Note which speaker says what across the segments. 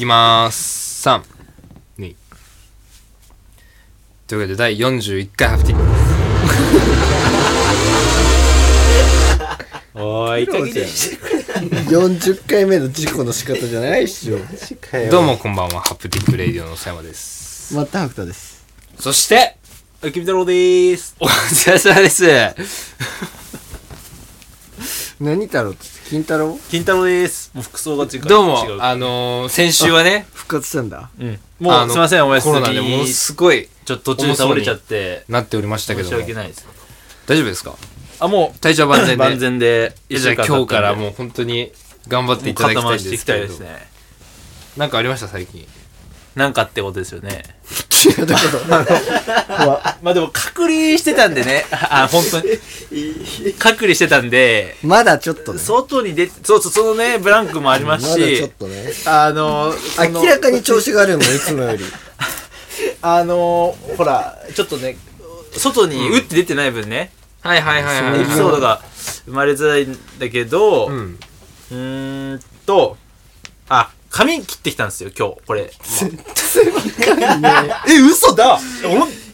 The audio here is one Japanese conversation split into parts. Speaker 1: いきます。3、2。というわけで、第41回ハフティングです。
Speaker 2: おーい、いい加減にし
Speaker 3: 40回目の事故の仕方じゃないっしょ
Speaker 2: てかよ
Speaker 1: どうもこんばんは、ハプティックレイディオの佐山です。
Speaker 3: またハクタです
Speaker 1: そして、
Speaker 2: あきみ太郎でーす。
Speaker 1: お疲れ様です。
Speaker 3: 何太郎っつって金太郎
Speaker 2: 金太郎でーす。もう服装が違う。
Speaker 1: どうも
Speaker 2: 違、う
Speaker 1: あのー、先週はね、
Speaker 3: 復活したんだ
Speaker 2: うん。
Speaker 1: あ
Speaker 2: もう、
Speaker 1: の
Speaker 2: すいません、おやす
Speaker 1: コ
Speaker 2: み。
Speaker 1: ロナでものすごい
Speaker 2: ちょっと途中で倒れちゃって、
Speaker 1: なっておりましたけ
Speaker 2: 申
Speaker 1: ども、
Speaker 2: し訳ないです。
Speaker 1: 大丈夫ですか
Speaker 2: あ、も
Speaker 1: 体調は万全で。
Speaker 2: う、 万全で、
Speaker 1: いやじゃあ今日から
Speaker 2: う、
Speaker 1: もう本当に頑張っていただき
Speaker 2: 肩
Speaker 1: たいん
Speaker 2: 回して
Speaker 1: で
Speaker 2: いき
Speaker 1: すけ
Speaker 2: た
Speaker 1: れ
Speaker 2: い
Speaker 1: ど。
Speaker 2: ですね。
Speaker 1: なんかありました、最近。
Speaker 2: なんかってことですよね。
Speaker 3: 違うだから
Speaker 2: まあでも、隔離してたんでね。 あ、本当に。隔離してたんで、
Speaker 3: まだちょっとね
Speaker 2: 外に出て、そうそう、そのね、ブランクもありま
Speaker 3: ますだちょっ
Speaker 2: し、
Speaker 3: とね
Speaker 2: あの、その
Speaker 3: 明らかに調子があるもんいつもより
Speaker 2: あのー、ほら、ちょっとね、外に打って出てない分ね、
Speaker 1: はいはいはい
Speaker 2: エピソードが生まれづらいんだけど、う、
Speaker 1: うんん。
Speaker 2: ーんと、あ、髪切ってきたんですよ、今日、これ。 え、嘘だ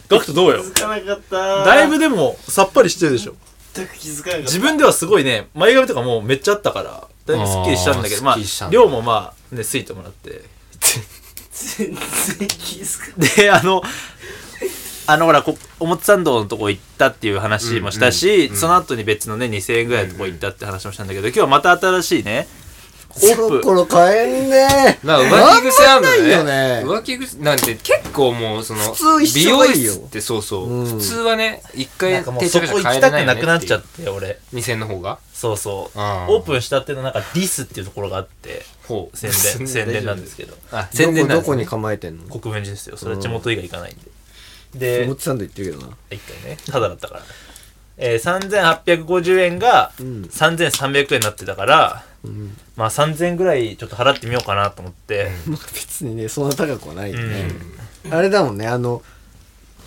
Speaker 2: ガクトどうよ
Speaker 4: 気づかなかった
Speaker 2: だいぶでも、さっぱりしてるでしょ。
Speaker 4: 全く気づかなかった
Speaker 2: 自分ではすごいね、前髪とかもうめっちゃあったから、だいぶスッキリしたんだけど、ま
Speaker 1: あースッキリした
Speaker 2: あ、
Speaker 1: んだ
Speaker 2: 量もまあ、ね、すいてもらって。
Speaker 4: 全然気づかなかっ
Speaker 2: であのあのほらこ表参道のとこ行ったっていう話もしたし、その後に別のね2000円ぐらいのとこ行ったって話もしたんだけど、今日はまた新しいねオ
Speaker 3: コロ
Speaker 2: ー
Speaker 3: コ
Speaker 2: プ
Speaker 3: ロ変えんね
Speaker 1: な浮気癖あんのね
Speaker 3: 頑張んないよね
Speaker 1: 浮気癖なんて結構もうその
Speaker 3: 普通
Speaker 1: 美
Speaker 3: 一緒
Speaker 1: 容
Speaker 3: がいいよ
Speaker 1: 室ってそうそう、
Speaker 3: うん
Speaker 1: 普通はね一
Speaker 2: な
Speaker 1: 回
Speaker 2: んかもう
Speaker 1: 定
Speaker 2: そ
Speaker 1: 着
Speaker 2: こ
Speaker 1: 者
Speaker 2: 行き
Speaker 1: 変え
Speaker 2: た
Speaker 1: れな
Speaker 2: く
Speaker 1: いよ
Speaker 2: な
Speaker 1: ね
Speaker 2: くなっちゃ
Speaker 1: っ
Speaker 2: ってて俺
Speaker 1: いう2000の方が
Speaker 2: そうそうオ
Speaker 1: あー
Speaker 2: ープンしたってのなんかリスっていうところがあって
Speaker 1: ほう
Speaker 2: 宣 伝 宣伝なんですけど
Speaker 1: あ宣伝なん
Speaker 3: ど
Speaker 1: です、
Speaker 3: こ
Speaker 1: ね、
Speaker 3: に構えてんの
Speaker 2: 国分寺ですよそれは地元以外行かないんで、
Speaker 3: お
Speaker 2: で
Speaker 3: もちさんと言ってるけどな
Speaker 2: 一回ねただだったから、えー、3850円が
Speaker 3: ん
Speaker 2: 3300円になってたから、
Speaker 3: ん
Speaker 2: まあ3000円ぐらいちょっと払ってみようかなと思って、
Speaker 3: まあ別にねそんな高くはない
Speaker 2: う
Speaker 3: よ
Speaker 2: ん
Speaker 3: ねあれだもんねあの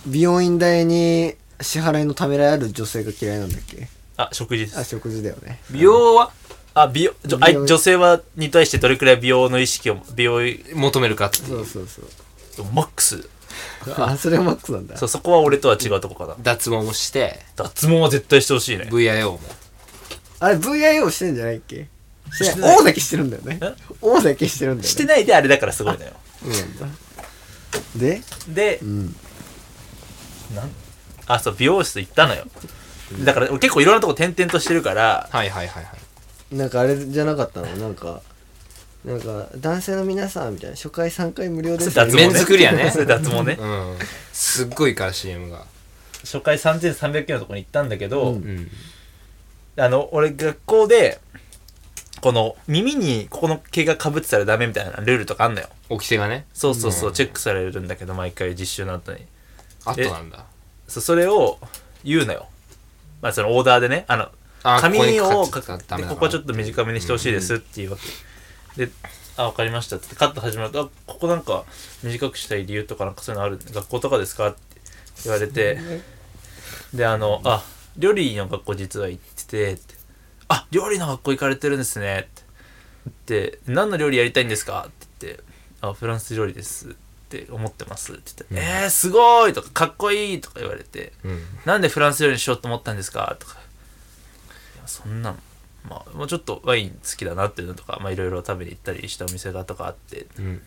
Speaker 3: 美容院代に支払いのためらいある女性が嫌いなんだっけ
Speaker 2: あ食事で
Speaker 3: あ
Speaker 2: す
Speaker 3: 食事だよね
Speaker 1: 美容は
Speaker 2: あ美容ちょあ
Speaker 3: 美容
Speaker 2: 女性はに対してどれくらい美容の意識を美容
Speaker 1: 求めるかって
Speaker 3: そうそうそう
Speaker 2: マックス
Speaker 3: あそれはマックスなんだ
Speaker 2: そうそこは俺とは違うとこかな
Speaker 1: 脱毛もして
Speaker 2: 脱毛は絶対してほしいね
Speaker 1: VIO も
Speaker 3: あれ VIO してんじゃないっけしてて
Speaker 2: ない
Speaker 3: 王だけしてるんだよね
Speaker 2: え。
Speaker 3: 王だけしてるんだよね。
Speaker 2: してないであれだからすごいのよ
Speaker 3: そうなんだ。で、
Speaker 2: で
Speaker 3: うん。
Speaker 2: なんあそう美容室行ったのよだから俺結構いろんなとこ転々としてるから
Speaker 1: はいはいはいはい
Speaker 3: なんかあれじゃなかったのなんか、なんか、男性の皆さんみたいな、初回3回無料です。
Speaker 2: 脱毛ね
Speaker 1: メンズクリアね
Speaker 2: それ 脱毛ね
Speaker 1: うんすっごいから CM が
Speaker 2: 初回3300円のとこに行ったんだけど、
Speaker 1: う
Speaker 3: うん
Speaker 1: ん
Speaker 2: あの俺学校でこの耳にここの毛がかぶってたらダメみたいなルールとかあんのよ
Speaker 1: 掟がね
Speaker 2: そうそうそう、チェックされるんだけど毎回実習の後に
Speaker 1: あとなんだ
Speaker 2: そうそれを言うのよまあそのオーダーでねあの
Speaker 1: あ
Speaker 2: 髪を
Speaker 1: ここにか
Speaker 2: か
Speaker 1: かっ
Speaker 2: か
Speaker 1: てたらダメ
Speaker 2: で
Speaker 1: だな
Speaker 2: ここはちょっと短めにしてほしいですっていうわけ、で「あわかりました」っつってカット始まるとあ「ここなんか短くしたい理由とかなんかそういうのある学校とかですか?」って言われてであの「あ料理の学校実は行ってて」って「あ料理の学校行かれてるんですね」ってで「何の料理やりたいんですか?」って言って「あフランス料理です」って思ってますって言って「えー、すごい!」とか「かっこいい!」とか言われて。
Speaker 1: うん
Speaker 2: なんでフランス料理にしようと思ったんですかとか。いやそんなん、まあ、もうちょっとワイン好きだなっていうのとか、まあ、いろいろ食べに行ったりしたお店がとかあって、
Speaker 1: うん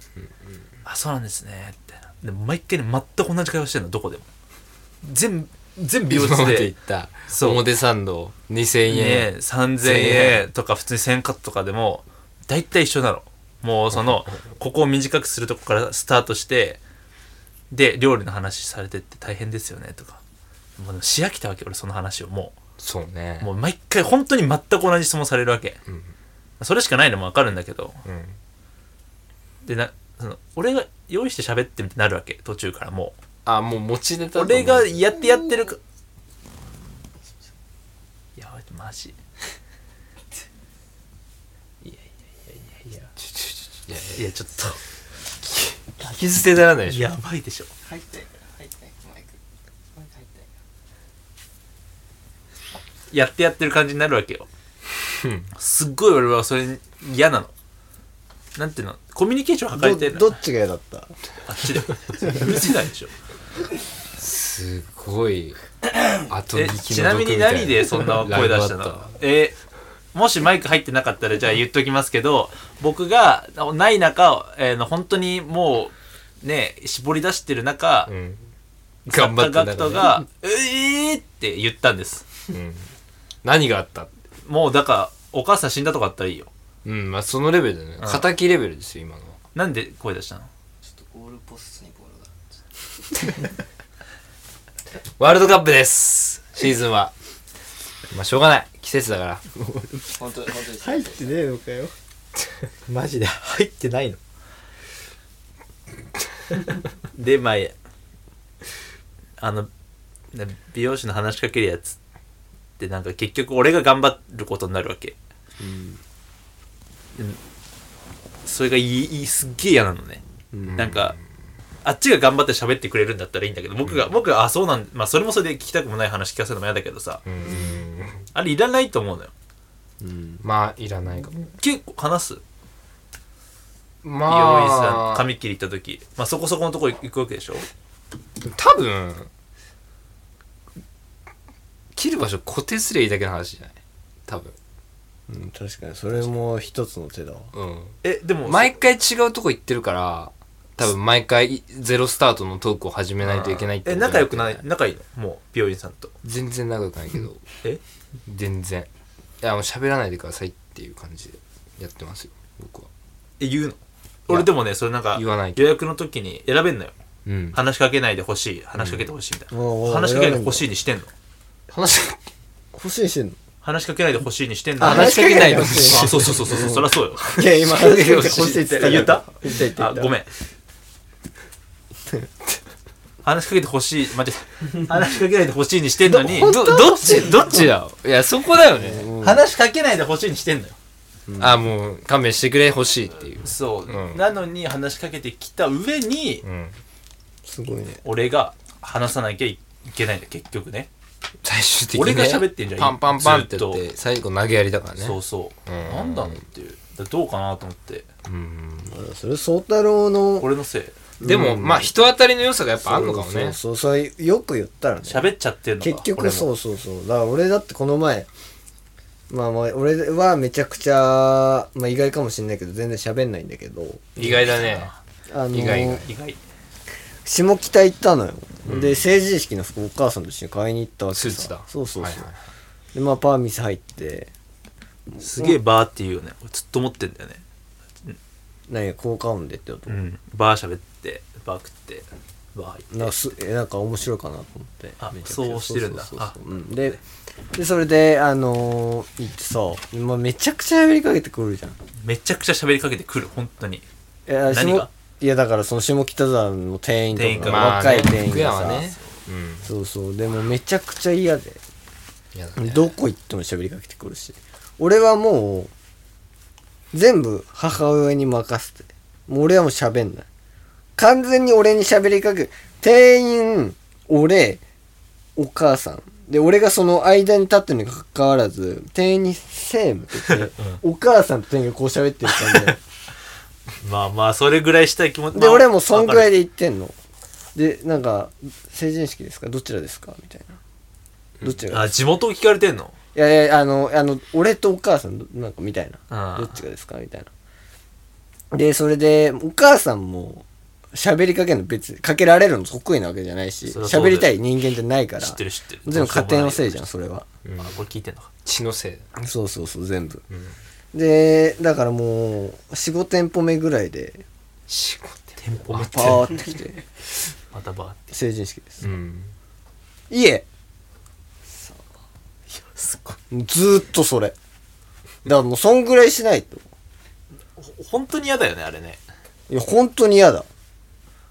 Speaker 2: あ、そうなんですね、ってな。でも毎回ね、全く同じ会話してるの、どこでも。全部、全部美容
Speaker 1: 今
Speaker 2: 室
Speaker 1: まで行
Speaker 2: で
Speaker 1: っ。た
Speaker 2: そう
Speaker 1: 表参道2000円
Speaker 2: ね、3000円とか普通に1000カットとかでも大体一緒なのもうそのここを短くするとこからスタートしてで料理の話されてって大変ですよねとかもうでもし飽きたわけ俺その話をもう
Speaker 1: そうね
Speaker 2: もう毎回本当に全く同じ質問されるわけ、
Speaker 1: ん
Speaker 2: それしかないのも分かるんだけど
Speaker 1: うん
Speaker 2: でなその俺が用意して喋ってみてなるわけ途中からも
Speaker 1: あもう持ちネタ
Speaker 2: う
Speaker 1: だと思
Speaker 2: 俺
Speaker 1: う
Speaker 2: がやってやってるかいやマジ
Speaker 1: ちょちょちょいやいや
Speaker 2: いやちょっ
Speaker 1: 聞き捨てならないで
Speaker 2: と
Speaker 1: しょ
Speaker 2: やばいでしょ
Speaker 4: た入ってないから入ってないからマイクマイク入ってないか
Speaker 2: やってやってる感じになるわけよ
Speaker 1: うん
Speaker 2: すっごい俺はそれ嫌なのなんていうのコミュニケーション破壊
Speaker 3: ど
Speaker 2: ってんの
Speaker 3: どっちが嫌だった
Speaker 2: あっちで許せないでしょ
Speaker 1: すごい後
Speaker 2: え
Speaker 1: 引きの毒
Speaker 2: ちなみに何でそんな声出し
Speaker 1: ラ
Speaker 2: た
Speaker 1: イブあ
Speaker 2: の
Speaker 1: っ
Speaker 2: えもしマイク入ってなかったらじゃあ言っときますけど僕がない中、えーの本当にもうね絞り出してる中、
Speaker 1: うん
Speaker 2: 作
Speaker 1: 頑張
Speaker 2: 家
Speaker 1: ってた
Speaker 2: ガクトが「えー!」って言ったんです
Speaker 1: うん何があった
Speaker 2: もうだからお母さん死んだとかあったらいいよ
Speaker 1: うんまあそのレベルだね
Speaker 2: うん
Speaker 1: 敵レベルですよ今のは
Speaker 2: なんで声出したの
Speaker 4: ちょっとゴールポストにボールがちょっ
Speaker 1: ワールドカップですシーズンはまあしょうがない季節だから
Speaker 4: と本当に本当に
Speaker 3: 入ってねえのかよ マジで入ってないの
Speaker 2: でまああのね美容師の話しかけるやつってなんか結局俺が頑張ることになるわけうんそれがいいいいすっげえ嫌なのね、
Speaker 3: うん
Speaker 2: なんかあっちが頑張って喋ってくれるんだったらいいんだけど僕が、僕があそうなんまあそれもそれで聞きたくもない話聞かせるのも嫌だけどさ
Speaker 1: うん
Speaker 2: あれいらないと思うのよ
Speaker 3: うん
Speaker 1: まあいらないかも
Speaker 2: 結構話す美容師
Speaker 1: ま
Speaker 2: さん
Speaker 1: あ
Speaker 2: 髪切り行った時、まあ、そこそこのとこ行くわけでしょ
Speaker 1: 多分切る場所固定すりゃいいだけの話じゃない多分
Speaker 3: うん確かにそれも一つの手だわ
Speaker 1: うん
Speaker 2: えでも
Speaker 1: 毎回違うとこ行ってるから多分毎回ゼロスタートのトークを始めないといけないって
Speaker 2: え
Speaker 1: こと
Speaker 2: 仲良くない
Speaker 1: だよね
Speaker 2: 仲いいのもう美容院さんと
Speaker 1: 全然仲良くないけど
Speaker 2: え
Speaker 1: 全然いやもう喋らないでくださいっていう感じでやってますよ僕は
Speaker 2: え言うの俺でもねそれなんか
Speaker 1: 言わないけ
Speaker 2: 予約の時に選べんのよ
Speaker 1: どうん
Speaker 2: 話しかけないでほしい話しかけてほしいみたいな、
Speaker 3: うん
Speaker 2: 話しかけないでほしいにしてんの
Speaker 1: 話し
Speaker 3: 欲しいしてんの
Speaker 2: 話しかけないでほしいにしてんの
Speaker 3: あ
Speaker 2: あ
Speaker 1: 話しかけないでほ
Speaker 3: 話し
Speaker 1: しい
Speaker 2: そうそうそうそうそうそりゃそうよ
Speaker 3: いや今話しかけて欲しいって
Speaker 2: 言った
Speaker 3: 言った言った
Speaker 2: あごめん話しかけてほしい待って話しかけないでほしいにしてんのに
Speaker 1: どどっちどっちだよいやそこだよね
Speaker 2: 話しかけないでほしいにしてんのよ
Speaker 1: あもう勘弁してくれ欲しいっていう
Speaker 2: そう、
Speaker 1: うん
Speaker 2: なのに話しかけてきた上に
Speaker 1: うん
Speaker 3: すごいね
Speaker 2: 俺が話さなきゃいけないんだ結局ね
Speaker 1: 最終的に
Speaker 2: 俺が喋ってんじゃん
Speaker 1: パンパンパンってやっ
Speaker 2: ず
Speaker 1: て最後投げやりだからね
Speaker 2: そうそう、
Speaker 1: うん
Speaker 2: なんだろうっていうだどうかなと思って
Speaker 1: うん
Speaker 3: あそれ宗太郎の
Speaker 2: 俺のせい
Speaker 1: でも
Speaker 3: うん
Speaker 1: まあ人当たりの良さがやっぱあんのかもね
Speaker 3: そうそうそうそうよく言ったらね
Speaker 2: 喋っちゃってんのか
Speaker 3: 結
Speaker 2: 俺
Speaker 3: 局
Speaker 2: も
Speaker 3: そうそうそうだから俺だってこの前まあまあ俺はめちゃくちゃ、まあ、意外かもしんないけど全然喋んないんだけど
Speaker 1: 意外だね
Speaker 3: あの
Speaker 1: 意外意外
Speaker 2: 意外
Speaker 3: 下北行ったのよ、で成人式の服お母さんと一緒に買いに行ったわけ
Speaker 1: ス
Speaker 3: さ
Speaker 1: ーツだ
Speaker 3: そうそうそう、
Speaker 1: はいはい
Speaker 3: でまあパーミス入って
Speaker 2: すげえバーって言うよね俺ずっと思ってんだよね
Speaker 3: 何効果音でってこと、
Speaker 2: うんバー喋ってバー食ってバー行って
Speaker 3: なんかすえなんか面白いかなと思って
Speaker 2: あ
Speaker 3: めちゃくちゃ
Speaker 2: そうしてるんだ
Speaker 3: そうそうそううんででそれであのー行ってさ、まあ、めちゃくちゃ喋りかけてくるじゃん
Speaker 2: めちゃくちゃ喋りかけてくる本当に
Speaker 3: いや
Speaker 2: 何が
Speaker 3: 下いやだからその下北沢の店員と
Speaker 2: 店員
Speaker 3: か
Speaker 2: か
Speaker 1: まあ
Speaker 3: 若い店員
Speaker 1: 福
Speaker 3: が
Speaker 1: 山
Speaker 3: さ、
Speaker 1: はねうん
Speaker 3: そうそうでもめちゃくちゃ嫌で
Speaker 1: 嫌だね
Speaker 3: どこ行っても喋りかけてくるし俺はもう全部母親に任せてもう俺はもう喋んない完全に俺に喋りかけ店員俺お母さんで俺がその間に立ってるにもかかわらず店員に「せーむ」って言って、お母さんと店員がこう喋ってる感じで
Speaker 2: まあまあそれぐらいしたい気持ち
Speaker 3: で、俺もそんぐらい
Speaker 2: で
Speaker 3: で行ってんの。で、なんか、成人式ですかどちらですかみたいな。どっちが、
Speaker 2: あ地元を聞かれてんの
Speaker 3: いやいや、あの、あの、俺とお母さんど、なんかみたいな。
Speaker 2: あー
Speaker 3: どっちがですかみたいな。で、それで、お母さんも、喋りかけるの別に、かけられるの得意なわけじゃないし、
Speaker 2: そりゃそうだ
Speaker 3: 喋
Speaker 2: よ
Speaker 3: りたい人間じゃないから。
Speaker 2: 知ってる知ってる
Speaker 3: 全部家庭のせいじゃん、
Speaker 2: あ
Speaker 3: それは。
Speaker 1: うん
Speaker 2: これ聞いてんのか
Speaker 1: 血のせいだ
Speaker 3: そうそうそう、全部。
Speaker 1: うん
Speaker 3: で、だからもう、4、5店舗目ぐらいで、
Speaker 1: 仕事
Speaker 2: テンポ
Speaker 3: パ
Speaker 2: めっちゃ
Speaker 3: ーってきて、
Speaker 2: またバーって
Speaker 3: 成人式です。
Speaker 1: うん
Speaker 3: いえ
Speaker 2: いやすごい
Speaker 3: ずーっとそれ。だからもうそんぐらいしないと。
Speaker 2: ほ本当に嫌だよねあれね
Speaker 3: いや、本当に嫌だ。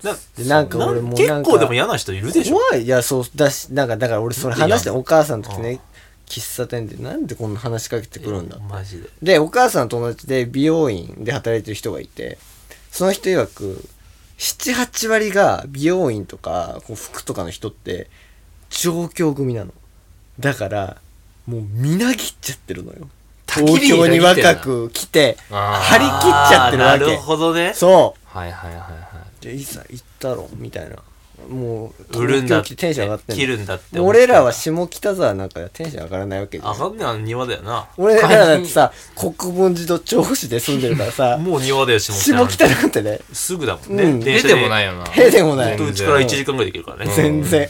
Speaker 2: な
Speaker 3: でなんか俺もうなん
Speaker 2: 結
Speaker 3: か
Speaker 2: 構でも嫌な人いるでしょ
Speaker 3: 怖い。いや、そう、だし、なんか、だから俺それ話して、
Speaker 2: なんで嫌なの
Speaker 3: お母さんとね、喫茶店でなんでこんな話しかけてくるんだ。
Speaker 2: マジで
Speaker 3: で、お母さんの友達で美容院で働いてる人がいて、その人曰く、7、8割が美容院とか、こう服とかの人って、状況組なの。だから、もうみなぎっちゃってるのよ。東京に若く来て
Speaker 1: あ
Speaker 3: 張り切っちゃってるわ
Speaker 2: あーなる
Speaker 3: け
Speaker 2: ほどね。
Speaker 3: そ
Speaker 1: はいはいはいは
Speaker 3: うでいざ行ったろみたいなもう
Speaker 2: 売るんだ
Speaker 3: 東京来てテンション上がってんの
Speaker 2: 切るんだって思って
Speaker 3: 俺らは下北沢なんかテンション上がらないわけじゃん
Speaker 2: 上がんねえあの庭だよな
Speaker 3: 俺らだってさ国分寺と調布市で住んでるからさ
Speaker 2: もう庭だよ下北
Speaker 3: 下北なんてね
Speaker 2: すぐだもん
Speaker 3: う
Speaker 2: ね
Speaker 3: ん
Speaker 1: い出てもないいよな
Speaker 3: 屁でもない
Speaker 1: 全
Speaker 2: う
Speaker 1: 然
Speaker 2: ちから1時間ぐらいできるからね
Speaker 3: 全然、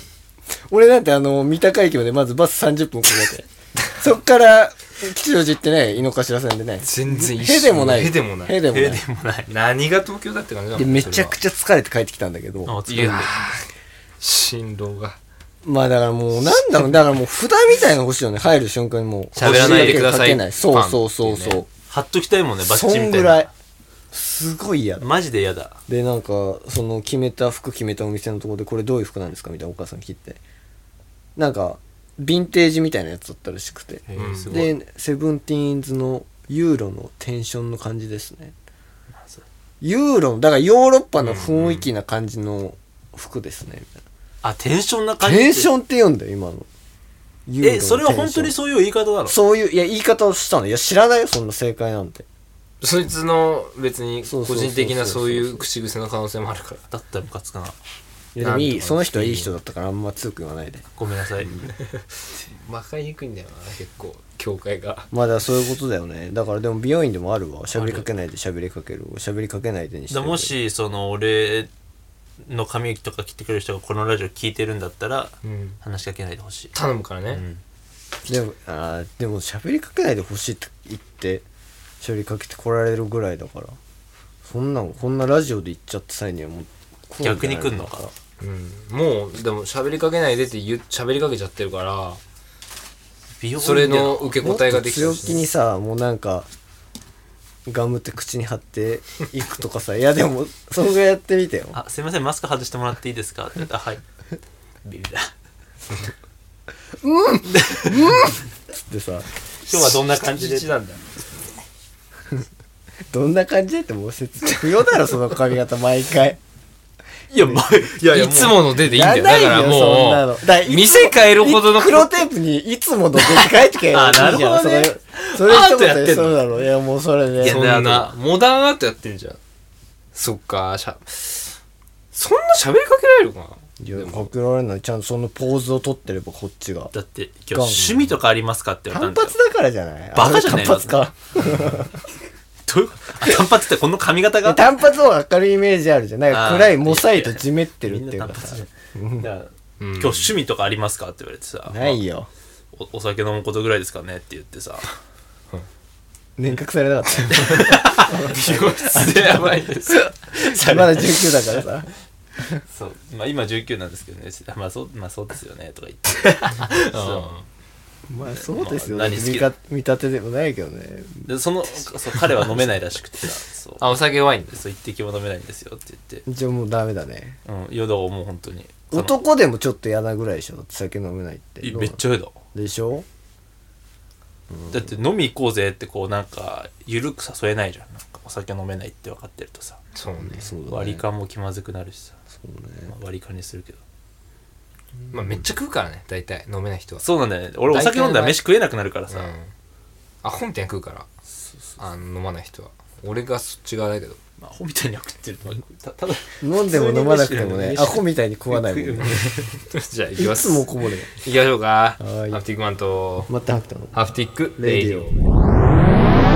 Speaker 3: 俺なんてあの三鷹駅までまずバス30分かけ てそっから吉祥寺行ってね井の頭線でね
Speaker 1: 全然一緒
Speaker 3: 屁でもない
Speaker 1: 屁でもない
Speaker 3: 屁でもな
Speaker 2: え
Speaker 3: い
Speaker 2: でもない
Speaker 1: 何が東京だって感じだも
Speaker 3: で
Speaker 1: ん
Speaker 3: めちゃく
Speaker 1: ち
Speaker 3: ちゃ疲れて帰ってきたんだけ
Speaker 2: あ
Speaker 3: ど
Speaker 2: お疲
Speaker 1: い
Speaker 2: れ
Speaker 1: やー
Speaker 2: 様
Speaker 1: 振動が
Speaker 3: まあだからもうなんだろうだからもう札みたいなの欲しいよね入る瞬間にもう
Speaker 1: 喋らないでください
Speaker 3: 欲しだけ書けないそうそうそ
Speaker 1: パン
Speaker 3: う
Speaker 1: って
Speaker 3: そう、
Speaker 2: 貼っときたいもんねバッ
Speaker 3: そ
Speaker 2: チみ
Speaker 3: ん
Speaker 2: た
Speaker 3: ぐ
Speaker 2: い
Speaker 3: らい
Speaker 2: な
Speaker 3: すごい嫌だ
Speaker 2: マジで嫌だ
Speaker 3: でなんかその決めた服決めたお店のところでこれどういう服なんですかみたいなお母さん聞いてなんかヴィンテージみたいなやつだったらしくて
Speaker 2: え
Speaker 1: う
Speaker 2: ー
Speaker 1: ん
Speaker 2: すごい
Speaker 3: でセブンティーンズのユーロのテンションの感じですねユーロのだからヨーロッパの雰囲気な感じの服ですね、みたい
Speaker 2: あテンションな
Speaker 3: な
Speaker 2: 感じ
Speaker 3: テンションって言うんだよ今のユーロの
Speaker 2: えそれは本当に
Speaker 3: テンション
Speaker 2: そういう言い方なの
Speaker 3: そういういや言い方をしたのいや知らないよそんな正解なんて
Speaker 1: そいつの別に
Speaker 3: そ
Speaker 1: 個
Speaker 3: うそうそうそう
Speaker 1: 人的なそういう口癖の可能性もあるから
Speaker 2: だったらムカつかない
Speaker 3: やでも
Speaker 1: なん
Speaker 3: い
Speaker 1: と
Speaker 3: い
Speaker 1: か
Speaker 3: その人はいい人だったからあんま強く言わないで
Speaker 2: ごめんなさい
Speaker 1: 分かりにくいんだよな結構境界が
Speaker 3: まあだからそういうことだよねだからでも美容院でもあるわ喋りかけないで喋りかける喋りかけないでにして
Speaker 2: だ
Speaker 3: る
Speaker 2: もしその俺の髪とか切ってくれる人がこのラジオ聞いてるんだったら
Speaker 1: うん
Speaker 2: 話しかけないでほしい
Speaker 1: 頼むから
Speaker 2: う
Speaker 1: ね
Speaker 2: ん
Speaker 3: でもあーでも喋りかけないでほしいって言って喋りかけてこられるぐらいだからそんなんこんなラジオで言っちゃった際にはもう来るんじ
Speaker 2: 逆
Speaker 3: ゃない
Speaker 2: に来んのか
Speaker 1: うんもうでも喋りかけないでって言う喋りかけちゃってるから
Speaker 2: 美容院で
Speaker 1: それの受け
Speaker 3: もっ
Speaker 1: 答えが
Speaker 3: と
Speaker 1: でき
Speaker 3: 強
Speaker 1: た
Speaker 3: 気にさもうなんかガムって口に貼っていくとかさいやでもそんぐらいやってみてよ
Speaker 2: あすいませんマスク外してもらっていいですかって言ったらはいビビだ
Speaker 3: つってさ
Speaker 2: 今日はどんな感じで
Speaker 1: 人質なんだ
Speaker 3: どんな感じでってもう説明不要だろその髪型毎回
Speaker 2: いや、まあ、いやいや、
Speaker 1: いつもの出でいいんだよ
Speaker 3: や
Speaker 1: だ
Speaker 3: ん
Speaker 1: から
Speaker 3: ないよそんな
Speaker 1: も
Speaker 3: のだからいつ
Speaker 1: う
Speaker 3: も
Speaker 1: 店変えるほどの
Speaker 3: 黒テープにいつもの出て書いて け
Speaker 2: あなるほどね
Speaker 3: それそれ一
Speaker 2: アートやっ
Speaker 3: 言
Speaker 2: て
Speaker 3: で
Speaker 2: んの
Speaker 3: そうだろういやもうそれ
Speaker 2: い
Speaker 3: で
Speaker 2: や
Speaker 1: そんなモダンアートやってるじゃんそっかしゃそんな喋りかけられるかない
Speaker 3: やかけられないちゃんとそのポーズを取ってればこっちが
Speaker 2: だって、
Speaker 3: ガン
Speaker 2: 今日、趣味とかありますかって言われた
Speaker 3: 単
Speaker 2: んだよ
Speaker 3: 発。だからじゃない
Speaker 2: バカじゃない
Speaker 3: あ単発か
Speaker 2: どういうことあ単発ってこの髪型
Speaker 3: で
Speaker 2: が
Speaker 3: 単発の方が明るいイメージあるじゃんない
Speaker 2: あー
Speaker 3: 暗いモサイとじめってる
Speaker 2: みん
Speaker 3: っていう
Speaker 2: な単
Speaker 3: か
Speaker 2: 発
Speaker 3: さ
Speaker 2: じゃん。だから
Speaker 1: うん
Speaker 2: 今日趣味とかありますかって言われてさ、
Speaker 3: な いよ
Speaker 2: おお酒飲むことぐらいですかねって言って さ、
Speaker 3: 年賀来されなかっ
Speaker 1: 美 容室でやばいです
Speaker 3: たまだ19だからさ
Speaker 2: そう、まあ今19なんですけどね、まあそう、まあそうですよね、とか言って。そ
Speaker 3: まあそうです よ
Speaker 2: まあ
Speaker 3: ね
Speaker 2: 何好き
Speaker 3: 見か見立てでもないけどね
Speaker 2: うで、その、そう彼は飲めないらしくてさ、そう、
Speaker 1: あお酒弱いん
Speaker 2: で
Speaker 1: です
Speaker 2: そう一滴も飲めないんですよって言って、
Speaker 3: じゃあもうダメだね
Speaker 2: うん、夜だもう本当に。
Speaker 3: 男でもちょっと嫌なぐらいでしょだって酒飲めないって
Speaker 2: いめっちゃ夜だ。
Speaker 3: でしょ
Speaker 2: だって飲み行こうぜってこうなんか緩く誘えないじゃんなんかお酒飲めないって分かってるとさ
Speaker 1: そうね
Speaker 3: そうだね
Speaker 2: 割り勘も気まずくなるしさ、
Speaker 3: そうね
Speaker 2: まあ割り勘にするけど
Speaker 1: まあめっちゃ食うからね大体飲めない人は
Speaker 2: そうなんだよね俺お酒飲んだら飯食えなくなるからさ、
Speaker 1: うんアホみたいに食うからあの飲まない人は俺がそっち側だけど
Speaker 2: まあアホみたいに食ってるのはたただ
Speaker 3: 飲んでも飲まなくて
Speaker 2: 普通に飯だよ
Speaker 3: もね
Speaker 2: ね
Speaker 3: アホみたいに食わないもんね
Speaker 1: じゃあ行き
Speaker 3: い
Speaker 1: ます
Speaker 3: つもこぼれる
Speaker 1: 行きましょうかハ
Speaker 3: はい
Speaker 1: フティックマンと
Speaker 3: 待ってなくても
Speaker 1: ハフティックレ
Speaker 3: レ
Speaker 1: イ
Speaker 3: イ
Speaker 1: デ
Speaker 3: デ
Speaker 1: ィ
Speaker 3: ィ
Speaker 1: オ
Speaker 3: オ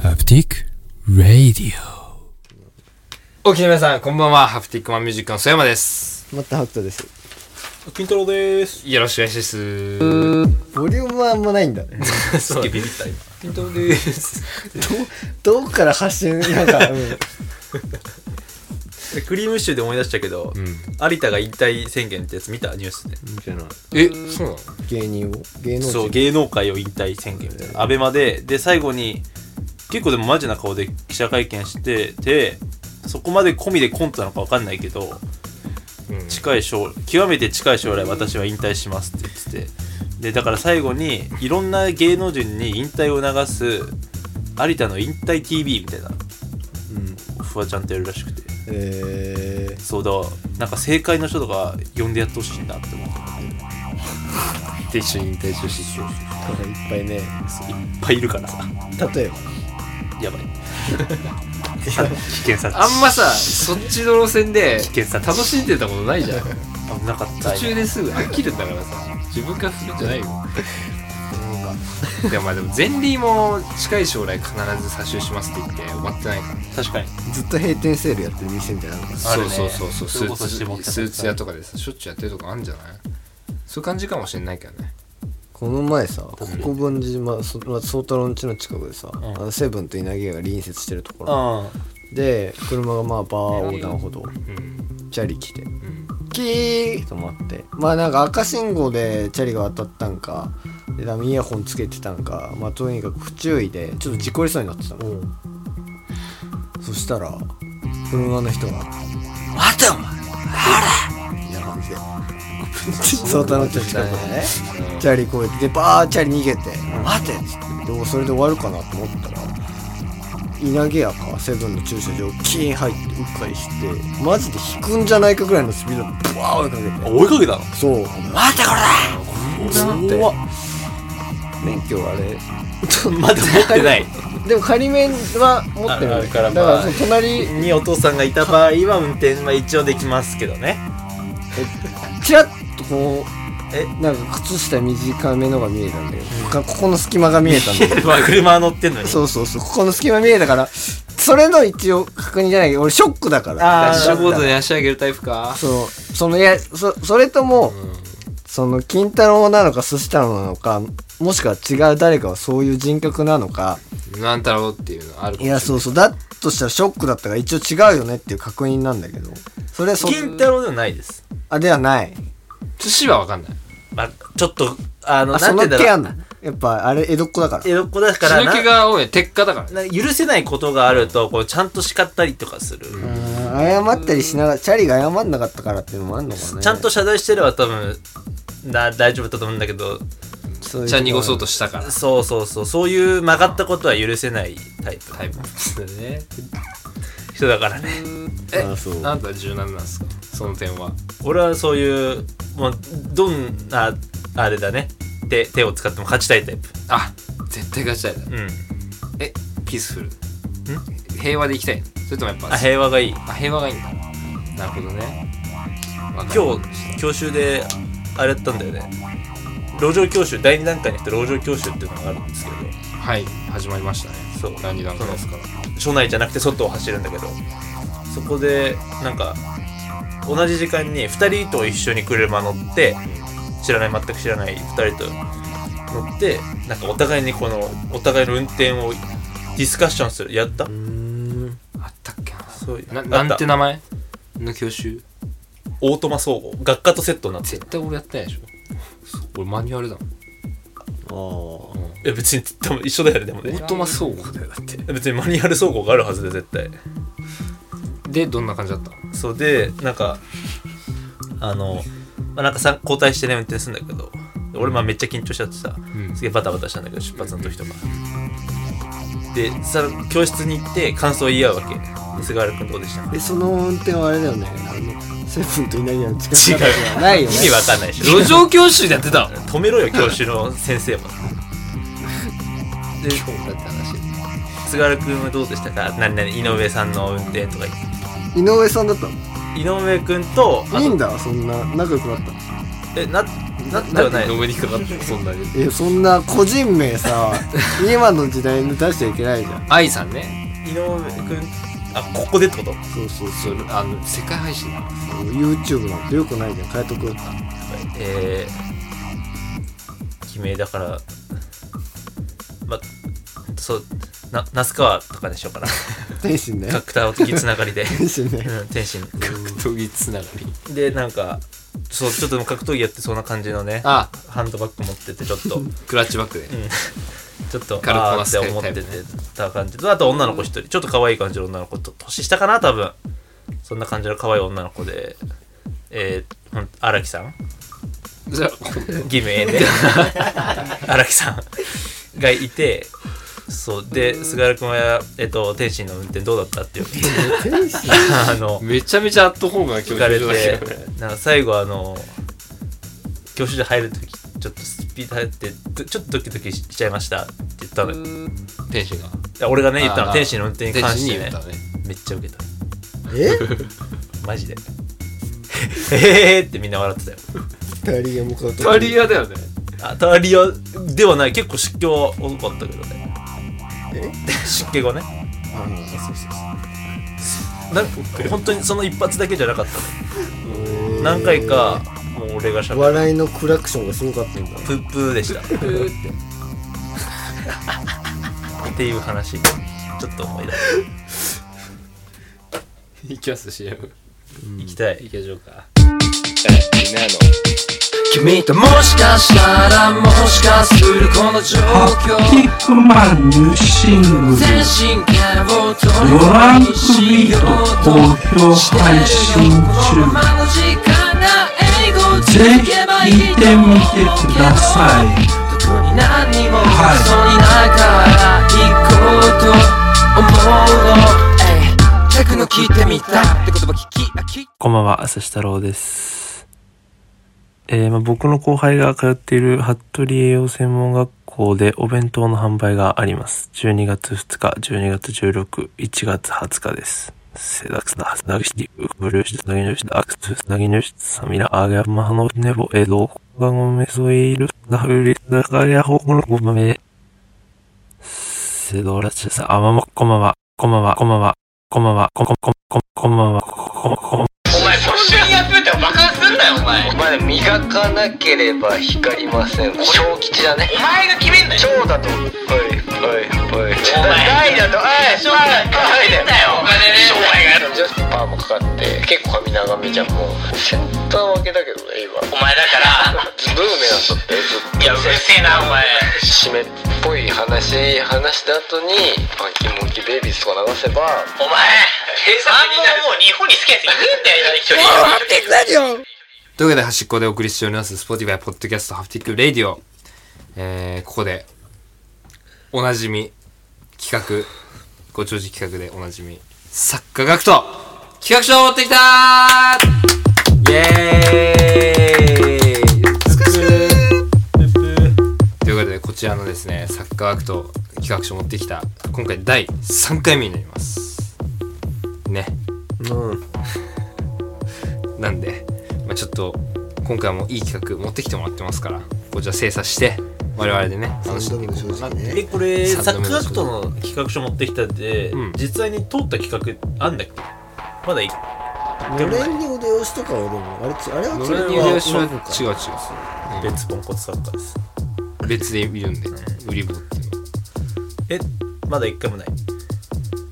Speaker 1: ハフティックレイディオお聞きの皆さんこんばんはハフティックマンミュージックの曽山です
Speaker 3: 待ってなくてです
Speaker 2: 金太郎でーす
Speaker 1: よろしくお願いします
Speaker 3: ボリュームはあんまないんだね
Speaker 2: すっげえビビった今
Speaker 1: 金太郎です
Speaker 3: どこから発信なんか、うん
Speaker 2: でクリームシチューで思い出したけど、有田が引退宣言ってやつ見たニュースで
Speaker 1: えそうなの
Speaker 3: 芸人を芸能人
Speaker 2: そう芸能界を引退宣言みたいなアベマでで最後に結構でもマジな顔で記者会見しててそこまで込みでコントなのか分かんないけど
Speaker 1: うん
Speaker 2: 近い将極めて近い将来私は引退しますって言っててでだから最後にいろんな芸能人に引退を促す有田の引退 TV みたいな
Speaker 3: うん
Speaker 2: フワちゃんってやるらしくて
Speaker 3: えー、
Speaker 2: そうだわなんか正解の人とか呼んでやってほしいなって思って
Speaker 1: で一緒に引退してほしい
Speaker 2: そうそう
Speaker 3: これいっぱいね
Speaker 2: そういっぱいいるからさ
Speaker 3: 例えば
Speaker 2: やばい危険察知
Speaker 1: あんまさそっちの路線で
Speaker 2: 危険察知
Speaker 1: 楽しんでたことないじゃん
Speaker 2: 危なかっ た
Speaker 1: 途中ですぐ飽きるんだからさ自分からするんじゃないよでもまあでも前輪も近い将来必ず差ししますって言って終わってないから
Speaker 2: 確かに
Speaker 3: ずっと閉店セールやってる店みたいなのが
Speaker 2: ある
Speaker 1: そう
Speaker 2: ね
Speaker 1: そうそうそうス
Speaker 2: それこそ下
Speaker 1: ー
Speaker 2: 北
Speaker 1: ツスーツ屋とかでさしょっちゅうやってるとこあるんじゃないそういう感じかもしれないけどね
Speaker 3: この前さ国分寺そまあ宗太郎の家の近くでさ、あのセブンと稲毛が隣接してるところ
Speaker 2: あ
Speaker 3: で車がまあバー横断歩道
Speaker 1: うん
Speaker 3: チャリ来て
Speaker 1: うん
Speaker 3: キーッと待ってまあなんか赤信号でチャリが渡ったんかで多分イヤホンつけてたんかまあとにかく不注意でちょっと事故りそうになってたの、そしたら車の人が「待てお前あら!」みたいな感じで相談の人近くでねチャリ越えてでバーチャリ逃げて「待て!」っつってでもそれで終わるかなと思ったら稲毛屋かセブンの駐車場キーン入ってうっかりしてマジで引くんじゃないかぐらいのスピードでブワー追いかけて
Speaker 2: 追いかけたの
Speaker 3: そう「待てこれ!」って
Speaker 2: 怖っ
Speaker 3: 免許はあれ
Speaker 2: まだ持ってない
Speaker 3: でも仮免は持ってる
Speaker 2: あるから
Speaker 3: だ
Speaker 2: ま
Speaker 3: か
Speaker 2: あ
Speaker 3: らその隣
Speaker 2: にお父さんがいた場合は運転は一応できますけどね
Speaker 3: チラッとこう
Speaker 2: え
Speaker 3: なんか靴下短めのが見えたんだけどここここの隙間が見えた んだけど
Speaker 2: 車乗ってんのに
Speaker 3: そうそうそうここの隙間見えたからそれの一応確認じゃないけど俺ショックだから
Speaker 2: あ
Speaker 1: ダッシュ
Speaker 2: ー
Speaker 1: ボードに足上げるタイプか
Speaker 3: そうそのいやそそれとも、その金太郎なのか寿司太郎なのかもしくは違う誰かはそういう人格なのか
Speaker 1: なんだろうっていうのあるか
Speaker 3: い
Speaker 1: も
Speaker 3: やそうそうだとしたらショックだったから一応違うよねっていう確認なんだけどそれそ
Speaker 2: 金太郎ではないです
Speaker 3: あではない
Speaker 1: 寿司は分かんない
Speaker 2: まあちょっとあのな
Speaker 3: あそ
Speaker 2: んて
Speaker 3: の
Speaker 2: 言うんだ
Speaker 3: 手あ
Speaker 2: ろ
Speaker 3: ん
Speaker 2: う
Speaker 3: のやっぱあれ江戸っ子だから
Speaker 2: 江戸っ子だから
Speaker 1: 血
Speaker 2: な
Speaker 1: の気が多い鉄火だからね
Speaker 2: な許せないことがあるとこうちゃんと叱ったりとかする、
Speaker 3: 謝ったりしながらチャリが謝んなかったからっていうのもあんのかね
Speaker 2: ちゃんと謝罪してれば多分な大丈夫だと思うんだけど
Speaker 3: そういう
Speaker 1: 茶濁そう
Speaker 3: と
Speaker 1: としたから
Speaker 2: そうそうそうそういう曲がったことは許せないタイプ
Speaker 1: タイプですね
Speaker 2: 人だからね
Speaker 1: え
Speaker 3: あそう
Speaker 1: あんた柔軟なんですかその点は
Speaker 2: 俺はそういうもうどんなあれだね手手を使っても勝ちたいタイプ
Speaker 1: あ絶対勝ちたいだ
Speaker 2: うん
Speaker 1: えピースフル平和で行きたいのそれともやっぱ
Speaker 2: あ平和がいい
Speaker 1: あ平和がいいんだなるほどね
Speaker 2: 今日教習であれやったんだよね路上教習第2段階にして路上教習っていうのがあるんですけど
Speaker 1: 日はい始まりましたね
Speaker 2: そう
Speaker 1: 何段階ですか
Speaker 2: 署内じゃなくて外を走るんだけどそこでなんか同じ時間に2人と一緒に車乗って知らない全く知らない2人と乗ってなんかお互いにこのお互いの運転をディスカッションするやった
Speaker 1: あったっけな
Speaker 2: そういう
Speaker 1: な
Speaker 2: あ
Speaker 1: な
Speaker 2: っ
Speaker 1: ん
Speaker 2: た
Speaker 1: て名前の教習
Speaker 2: オートマ総合学科とセットになってる
Speaker 1: 絶対俺やってないでしょ俺マニュアルだもん
Speaker 2: え別に多分一緒だよねでも
Speaker 1: オ
Speaker 2: ね
Speaker 1: ートマ総合だよだって
Speaker 2: 別にマニュアル走行があるはずで絶対
Speaker 1: でどんな感じだったの
Speaker 2: そうでなんかあの、まあ、なんかさ交代してね運転するんだけど俺まあめっちゃ緊張しちゃってさ、
Speaker 1: ん
Speaker 2: すげえバタバタしたんだけど出発の時とか、でさ教室に行って感想を言い合うわけで菅原君どうでした
Speaker 3: でその運転はあれだよねあのセブンと稲荷の近くだからない
Speaker 2: 意
Speaker 3: よね
Speaker 2: 味わかんない でしょ
Speaker 1: 路上教習でやってたの
Speaker 2: 止めろよ教師の先生も
Speaker 1: 今日だって
Speaker 2: で
Speaker 1: 話
Speaker 2: 菅原君はどうでしたか何々井上さんの運転とか言って
Speaker 3: 井上さんだったの
Speaker 2: 井上君とあ
Speaker 3: いい
Speaker 2: と
Speaker 3: んだそんな仲良くなったの
Speaker 2: えななって
Speaker 1: な
Speaker 2: は
Speaker 1: んで
Speaker 2: ない
Speaker 1: 上にかかったのそんなに
Speaker 3: えそんな個人名 さ今の時代に出しちゃいけないじゃん
Speaker 1: 愛さんね
Speaker 2: 井上君あここでってこと
Speaker 3: そうそう
Speaker 1: そ
Speaker 3: そう
Speaker 1: れあの世界配信だ
Speaker 3: YouTube なんてよくないじゃん海斗君
Speaker 2: えー、偽名だから、ま、そう、な、那須川とかでしょうかな。
Speaker 3: 天心ね
Speaker 2: 角田的つながりで。
Speaker 3: 天心ね
Speaker 2: うん、天心。
Speaker 1: 闘技つながり
Speaker 2: で、なんか、そう、ちょっとでも格闘技やってそうな感じのね、
Speaker 1: あ
Speaker 2: ハンドバッグ持ってて、ちょっと、 うん、
Speaker 1: クラッチバックで
Speaker 2: ちょっと、
Speaker 1: 軽く
Speaker 2: あー
Speaker 1: 回
Speaker 2: っ
Speaker 1: す
Speaker 2: て
Speaker 1: タイプ
Speaker 2: 思ってて
Speaker 1: タイ
Speaker 2: た感じと、あと女の子一人、ちょっと可愛い感じの女の子と、年下かな、多分。そんな感じの可愛い女の子で、えーほん、荒木さん
Speaker 1: それは
Speaker 2: 義務 A で荒木さんがいてそうで菅原君は、えっと、天心の運転どうだったっていう
Speaker 3: 天使
Speaker 2: あの
Speaker 1: めちゃめちゃアットホームな教
Speaker 2: 聞かれ
Speaker 1: 授だけ
Speaker 2: て
Speaker 1: どね
Speaker 2: なんか最後あの教習所入る時ちょっとスピード入ってどちょっとドキドキしちゃいましたって言ったのよ
Speaker 1: 天心が
Speaker 2: いや俺がね言った
Speaker 1: あ
Speaker 2: の
Speaker 1: ー
Speaker 2: 天心の運転に
Speaker 1: 天
Speaker 2: 関
Speaker 1: 心
Speaker 2: し
Speaker 1: に
Speaker 2: て
Speaker 1: 言
Speaker 2: ね
Speaker 1: ったね
Speaker 2: めっちゃウケた
Speaker 3: え
Speaker 2: マジでええってみんな笑ってたよ
Speaker 3: 二人が向かうと
Speaker 1: タリアだよね
Speaker 2: あタリアではない結構湿気は多かったけどね
Speaker 3: え
Speaker 2: 湿気がねなんか本当にその一発だけじゃなかったの
Speaker 3: うん
Speaker 2: 何回かもう俺がしゃべる
Speaker 3: 笑いのクラクションがすごかったんだ
Speaker 2: プープーでしたっていう話ちょっと思い出す
Speaker 1: 行きます CM
Speaker 2: 行きたい
Speaker 1: 行きましょうか
Speaker 5: 君ともしかしたらもしかするこの状況
Speaker 6: キックマンニューシングル
Speaker 5: 全神経を取り
Speaker 6: ドランク
Speaker 5: し
Speaker 6: ビー
Speaker 5: よう
Speaker 6: ト好評配信
Speaker 5: このま
Speaker 6: 中
Speaker 5: まの時間が英語を
Speaker 6: ぜ
Speaker 5: 続
Speaker 6: ひ
Speaker 5: けばい
Speaker 6: 聞
Speaker 5: い
Speaker 6: いてみてください
Speaker 5: 特に何も
Speaker 6: はい
Speaker 5: 嘘にないから行こうと思うのえいテクノ聞いてみたって言葉聞き飽き
Speaker 2: こんばんは、朝日太郎です。えーまあ、僕の後輩が通っている服部栄養専門学校でお弁当の販売があります。12月2日、12月16、1月20日です。セダクスダスダクシディブルーシダギヌシダクスダギヌシサミラアゲアマハノネボエドホガゴメソイルダフリダガリアホゴのゴマメセドラチェサアマモこんばんは、こんばんは、こんばんは、こんばんは、こんこんこんこんこんばんは、こんこんこんこん
Speaker 7: お前そんなにやってたら爆発すんなよお前お前磨かなければ光りません小吉だねお前が決めんなよ小だとおいおいおいお前大だとおい小だとおいだよお金ね商売がやるパーもかかって結構髪長めじゃんもうセンター負けだけどね今お前だからブームなんだってずっといやうるせえなお前締めっぽい話話した後にパンキーモンキーベイビーズとか流せばお前警察になるもう日本に好きなやついねえんだよ今一人
Speaker 1: というわけで端っこでお送りしております Spotify ポッドキャストハフティックレディオ、えー、ここでおなじみ企画ご長寿企画でおなじみ作家学徒企画書を持ってきたーイエーイ作るということでこちらのですね作家学徒企画書を持ってきた今回第3回目になりますね
Speaker 3: うん
Speaker 1: なんで、まあ、ちょっと今回もいい企画持ってきてもらってますからこちら精査して我々でね楽しんでいこうかなって
Speaker 2: えこれ
Speaker 1: 三
Speaker 2: サ
Speaker 1: 度目
Speaker 2: ッ
Speaker 1: の
Speaker 2: カーアクトの企画書持ってきたって、
Speaker 1: うん
Speaker 2: 実際に通った企画あんだっけまだい
Speaker 3: のれんにお出をしとかはでもあれちあれは
Speaker 1: それに
Speaker 3: 違う
Speaker 1: 入れしは違う
Speaker 3: 違うか
Speaker 1: 違うそれ
Speaker 2: 別ポンコツサッカーです
Speaker 1: うん別で見るんで売り棒っていう
Speaker 2: えまだ一回もない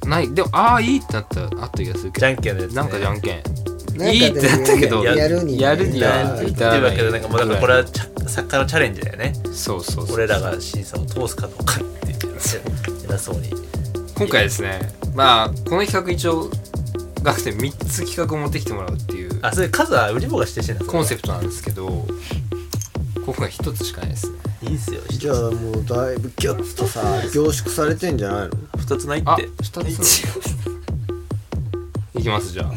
Speaker 1: のないでもああいいってなったらあった気がするけ
Speaker 2: じ
Speaker 1: ど
Speaker 2: ゃんけんのやつ、ね、
Speaker 1: なんかじゃんけん
Speaker 3: なんかでも
Speaker 1: いいってなったけど
Speaker 3: ややるに
Speaker 1: やるには
Speaker 3: やる
Speaker 2: というわけでなんかもうだからこれはチャサッカーのチャレンジだよね
Speaker 1: そうそうそう
Speaker 2: 俺らが審査を通すかどうかっていうやつ偉そうに
Speaker 1: 今回ですねまあこの企画一応学生3つ企画を持ってきてもらうっていう
Speaker 2: あそれ数は売り棒が指定してんだ
Speaker 1: コンセプトなんですけど今回1つしかないですね
Speaker 2: いいっすよ
Speaker 3: じゃあもうだいぶギュッとさ凝縮されてんじゃないの
Speaker 2: 二つないっ
Speaker 1: あ、
Speaker 2: て
Speaker 1: 下です いきますじゃあ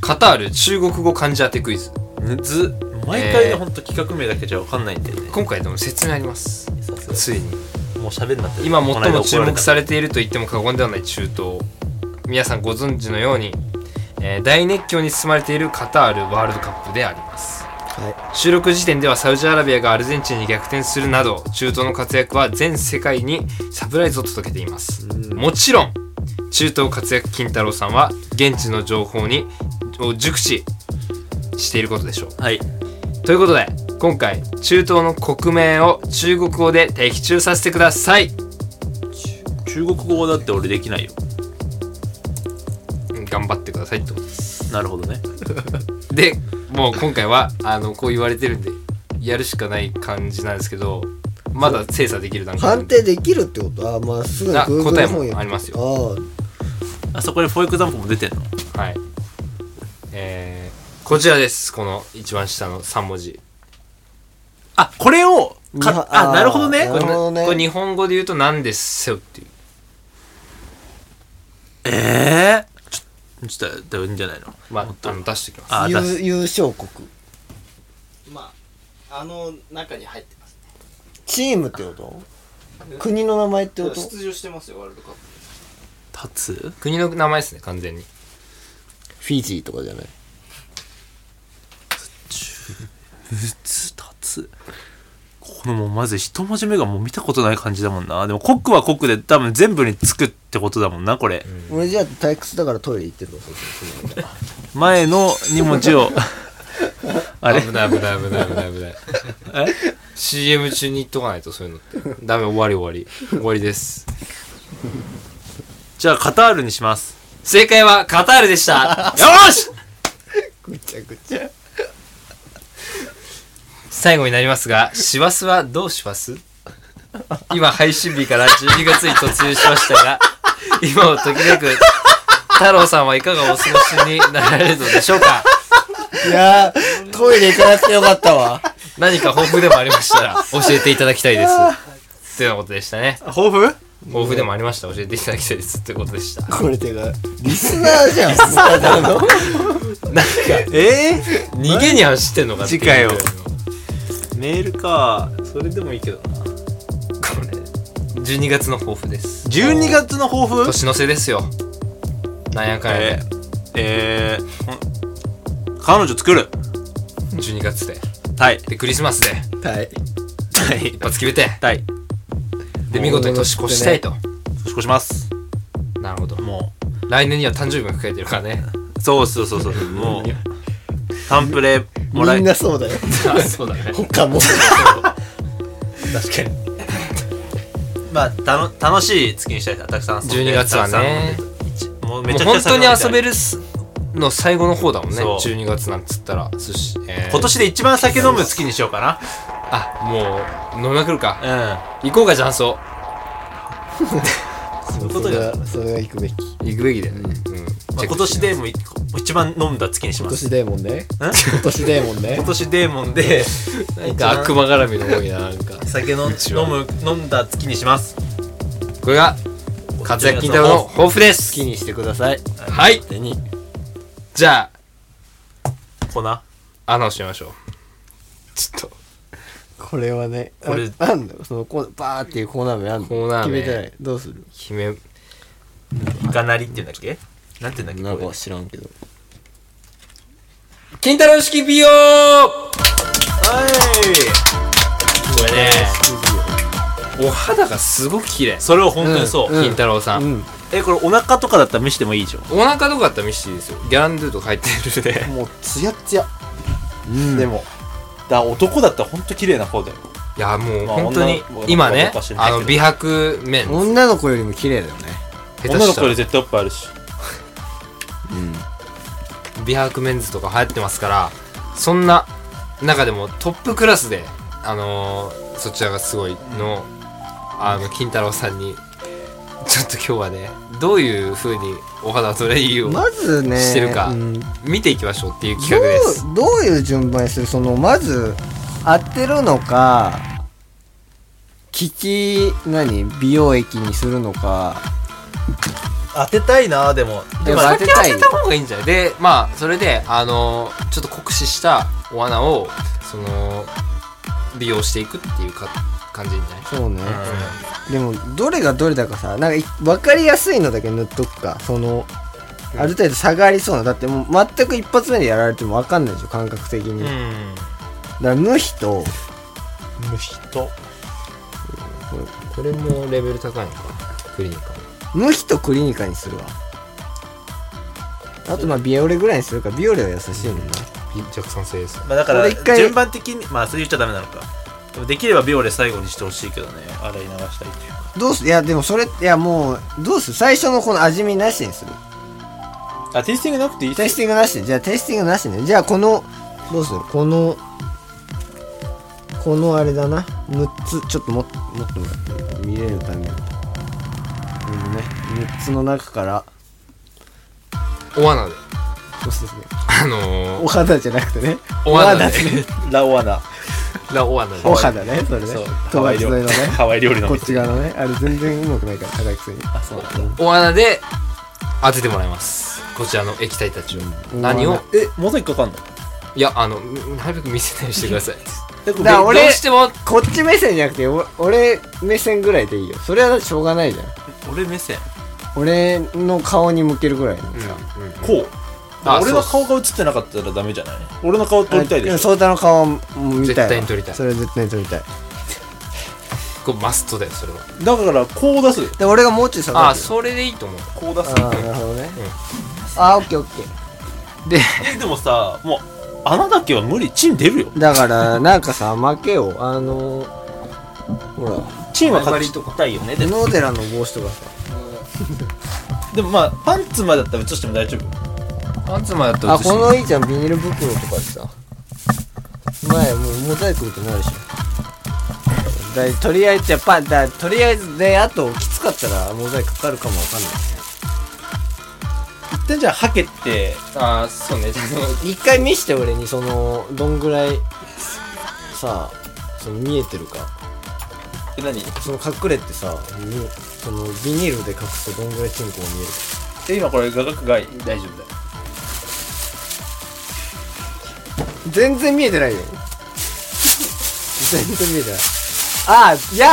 Speaker 1: カタール中国語漢字当てクイズ
Speaker 2: むず毎回
Speaker 1: え
Speaker 2: ね
Speaker 1: ー
Speaker 2: ほんと企画名だけじゃわかんないんだよね
Speaker 1: 今回でも説明あります
Speaker 2: さすが
Speaker 1: ついに
Speaker 2: もう喋んなって
Speaker 1: 今最も注目さ
Speaker 2: れ
Speaker 1: れていると言っても過言ではない中東皆さんご存知のように、えー大熱狂に包まれているカタールワールドカップであります
Speaker 3: は
Speaker 1: 収録時点ではサウジアラビアがアルゼンチンに逆転するなど中東の活躍は全世界にサプライズを届けていますもちろん中東活躍金太郎さんは現地の情報にを熟知していることでしょう
Speaker 2: はい
Speaker 1: ということで今回中東の国名を中国語で的中させてください
Speaker 2: 中国語はだって俺できないよ
Speaker 1: うん頑張ってくださいってことです
Speaker 2: なるほどね
Speaker 1: でもう今回はあのこう言われてるんでやるしかない感じなんですけどまだ精査できる段
Speaker 3: い
Speaker 1: 階なん
Speaker 3: 判
Speaker 1: で
Speaker 3: 定できるってことあまあすぐに
Speaker 1: あ
Speaker 3: Google
Speaker 1: 答えも
Speaker 3: 翻訳
Speaker 1: あります
Speaker 3: よ
Speaker 2: あそこでフォーエクザンプも出てんの
Speaker 1: はい。えー、こちらです。この一番下の3文字。
Speaker 2: あこれをかあなるほどね
Speaker 3: なるほどね
Speaker 1: これ日本語で言うと何ですよっていう
Speaker 2: ええー、ちょちょっといいんじゃないの
Speaker 1: まああの出してきます
Speaker 2: あ出す
Speaker 3: 優優勝国
Speaker 4: まああの中に入ってます
Speaker 3: チームってこと国の名前ってこと
Speaker 4: 出場してますよワールドカップ
Speaker 2: 立つ
Speaker 1: 国の名前ですね完全に
Speaker 3: フィジーとかじゃない
Speaker 2: ぶつ立つこのもうまず一文字目がもう見たことない感じだもんなでもコックはコックで多分全部につくってことだもんなこれ、
Speaker 3: 俺じゃあ退屈だからトイレ行ってるわそっち
Speaker 2: 前の2文字 をあれ
Speaker 1: 危ない危ない危ない危ない 危ない CM 中に言っとかないとそういうのってダメ終わり終わり終わりです
Speaker 2: じゃあカタールにします
Speaker 1: 正解はカタールでした よーし
Speaker 3: ぐちゃぐちゃ
Speaker 1: 最後になりますが師走はどうします今配信日から12月に突入しましたが今をときめく太郎さんはいかがお過ごしになられるのでしょうか
Speaker 3: いやートイレ行かなくてよかったわ
Speaker 1: 何か抱負でもありましたら教えていただきたいですっていうようなことでしたね
Speaker 2: 抱負
Speaker 1: 抱負でもありましたら教えていただきたいですってことでした
Speaker 3: これてかリスナーじゃんただの
Speaker 2: え
Speaker 1: 逃げに走ってんのかっていうぐらいの
Speaker 2: 次ー、メールかそれでもいいけどな
Speaker 1: これ12月の抱負です
Speaker 2: 12月の抱負
Speaker 1: 年の瀬ですよなんやかんや
Speaker 2: え
Speaker 1: で
Speaker 2: ー、えー、ん彼女作る
Speaker 1: 12月で
Speaker 2: タ イ
Speaker 1: でクリスマスで
Speaker 3: はい
Speaker 2: タイ
Speaker 1: 一発決めて
Speaker 2: タイ
Speaker 1: で見事に年越したいと
Speaker 2: 年越します
Speaker 1: なるほど
Speaker 2: も
Speaker 1: 来年には誕生日が控えてるからね
Speaker 2: うそうそうそうそうもうタンプレもら
Speaker 3: み
Speaker 2: い
Speaker 3: んなそうだよ
Speaker 1: あ そうだ ね
Speaker 3: 他も
Speaker 1: 確かに
Speaker 2: まあたの楽しい月にしたいなたくさん遊んで
Speaker 1: 12月はね
Speaker 2: たくさん飲んでもうめ
Speaker 1: も
Speaker 2: ち
Speaker 1: う
Speaker 2: ゃく
Speaker 1: 本
Speaker 2: ちゃ
Speaker 1: 当に遊べ
Speaker 2: る
Speaker 1: るすの最後の方だもんね
Speaker 2: そう
Speaker 1: 12月なんつったら寿司、えー
Speaker 2: 今年で一番酒飲む月にしようか
Speaker 1: あもう飲みまくるか
Speaker 2: な
Speaker 1: 行こうか雀荘
Speaker 2: うんそういうこ
Speaker 3: そ
Speaker 2: と
Speaker 3: れ
Speaker 2: で、
Speaker 3: はそれは行くべき今
Speaker 1: 行くべきだよね、うん
Speaker 2: まあ、今年でもう一番飲んだ月にします
Speaker 3: 年デーモンね今年デーモンね
Speaker 2: 今年デーモンで
Speaker 1: なんか 悪魔絡みの多いななんか
Speaker 2: 酒飲ん飲む飲んだ月にします
Speaker 1: これが活躍金太郎の抱負です
Speaker 3: 気にしてください
Speaker 1: はい
Speaker 3: 手に
Speaker 1: じゃ
Speaker 2: 粉
Speaker 1: あ穴を閉めましょうちょっと
Speaker 3: これはねあ
Speaker 2: これ
Speaker 3: あんのそのこうバーっていうコーナー名あんの
Speaker 1: コーナー名
Speaker 3: 決めてないどうする
Speaker 1: 決め
Speaker 2: イカなりっていうんだっけなんていうんだっけこれ
Speaker 3: 知らんけど
Speaker 1: 金太郎式美容これねお肌がすごく綺麗
Speaker 2: それを本当にそう、
Speaker 1: 金太郎さん、
Speaker 3: うん
Speaker 2: えこれお腹とかだったら見せてもいいじゃん
Speaker 1: お腹とかあったら見せていいですよギャランドゥとか入ってるんで
Speaker 3: もうツヤツヤ
Speaker 2: でもだ男だったら本当綺麗な方だよ
Speaker 1: いやもう
Speaker 2: まあ
Speaker 1: 本当に
Speaker 2: 女の子
Speaker 1: 今ね
Speaker 2: 男か知ら
Speaker 1: あ
Speaker 2: ないけど
Speaker 1: の美白面
Speaker 3: 女の子よりも綺麗だよね
Speaker 1: 下手
Speaker 2: 女の
Speaker 1: し
Speaker 2: 子
Speaker 1: た
Speaker 2: よ
Speaker 1: ら
Speaker 2: り絶対おっぱいあるし
Speaker 1: 美白メンズとか流行ってますからそんな中でもトップクラスであのーそちらがすごいのをあの金太郎さんにちょっと今日はねどういうふうにお肌トレインを
Speaker 3: まずね
Speaker 1: してるか
Speaker 3: うん
Speaker 1: 見ていきましょうっていう
Speaker 3: ど
Speaker 1: 企画です
Speaker 3: うどういう順番にするそのまず当てるのか聞き何美容液にするのか
Speaker 2: 当てたいなでも
Speaker 3: でも当てたい
Speaker 1: 当てた方がいいんじゃないでまあそれであのーちょっと酷使したお穴をその利用していくっていうか感じじゃない
Speaker 3: そうね、でもどれがどれだかさなんかい分かりやすいのだけ塗っとくかそのある程度差がありそうなだってもう全く一発目でやられても分かんないでしょ感覚的に、
Speaker 2: う
Speaker 3: だか
Speaker 2: ん
Speaker 3: ら無比と
Speaker 2: 無人
Speaker 1: これこれもレベル高いのかなクリニカ
Speaker 3: 無比とクリニカにするわあとまあビオレぐらいにするかビオレは優しいもんな、
Speaker 1: 弱酸性です
Speaker 2: まあだか
Speaker 3: こ
Speaker 2: ら
Speaker 3: れ一回
Speaker 2: 順番的にまあそれ言っちゃダメなのかでもできればビオレ最後にしてほしいけどね洗い流したいというか
Speaker 3: どうすいやでもそれいやもうどうする最初のこの味見なしにする
Speaker 2: あテイスティングなくていい
Speaker 3: テイスティングなしでじゃあテイスティングなしねじゃあこのどうするこのこのあれだな6つちょっとももっともらって見れるためにこのね6つの中から
Speaker 1: お罠で
Speaker 3: そうそうそう
Speaker 1: あの
Speaker 3: お
Speaker 1: ー、
Speaker 3: 肌じゃなくてね
Speaker 1: お罠で
Speaker 3: ね
Speaker 2: ラオアナ
Speaker 1: なおはな
Speaker 3: お肌ねそれね
Speaker 2: そう
Speaker 3: トガキ沿いのね
Speaker 2: ハワイ料理の
Speaker 3: こっ
Speaker 2: 店
Speaker 3: ち側のねあれ全然うまくないから高いくせに
Speaker 2: あそうだ
Speaker 1: お穴で当ててもらいますこちらの液体たちを何を
Speaker 2: えモザイクかかんの
Speaker 1: いやあのなるべく見せないようにしてください
Speaker 2: えこれ
Speaker 3: だから
Speaker 1: どう
Speaker 3: 俺
Speaker 1: しても
Speaker 3: こっち目線じゃなくてお俺目線ぐらいでいいよそれはだってしょうがないじゃん
Speaker 2: 俺目線
Speaker 3: 俺の顔に向けるぐらいのさ
Speaker 2: こう
Speaker 1: あ
Speaker 2: 俺の
Speaker 1: そう
Speaker 2: 顔が映ってなかったらダメじゃない俺の顔撮りたいでしょ
Speaker 3: ソータの顔も見たいわ
Speaker 1: 絶対に撮りたい
Speaker 3: それは絶対に撮りたい
Speaker 1: これマストだよそれは
Speaker 2: だからこう出す
Speaker 3: で俺がもうちょい下
Speaker 1: あ
Speaker 3: が
Speaker 1: あ
Speaker 3: るよ
Speaker 1: それでいいと思う
Speaker 2: こう出す
Speaker 3: ああなるほどねああオッケーオッケー
Speaker 2: えでもさもう穴だけは無理チン出るよ
Speaker 3: だからなんかさ負けよあのほら
Speaker 2: チンは勝ちたいよねで
Speaker 3: 小
Speaker 2: も
Speaker 3: 野寺の帽子とかさ
Speaker 2: でもまあパンツまでだったら映しても大丈夫
Speaker 1: パンツまでだ
Speaker 3: あ
Speaker 1: と
Speaker 3: このいいちゃんビニール袋とかでさ前もうモザイクってなるでしょだいとりあえずじゃあパンだとりあえずであときつかったらモザイクかかるかもわかんない
Speaker 2: 一旦じゃあはけて
Speaker 1: ああそうね
Speaker 3: 一回見して俺にそのどんぐらいさその見えてるか
Speaker 2: え何
Speaker 3: その隠れてさみそのビニールで隠すとどんぐらいチンコが見えるか
Speaker 2: え今これ画角外大丈夫だよ
Speaker 3: 全然見えてないよ全然見えてないあいや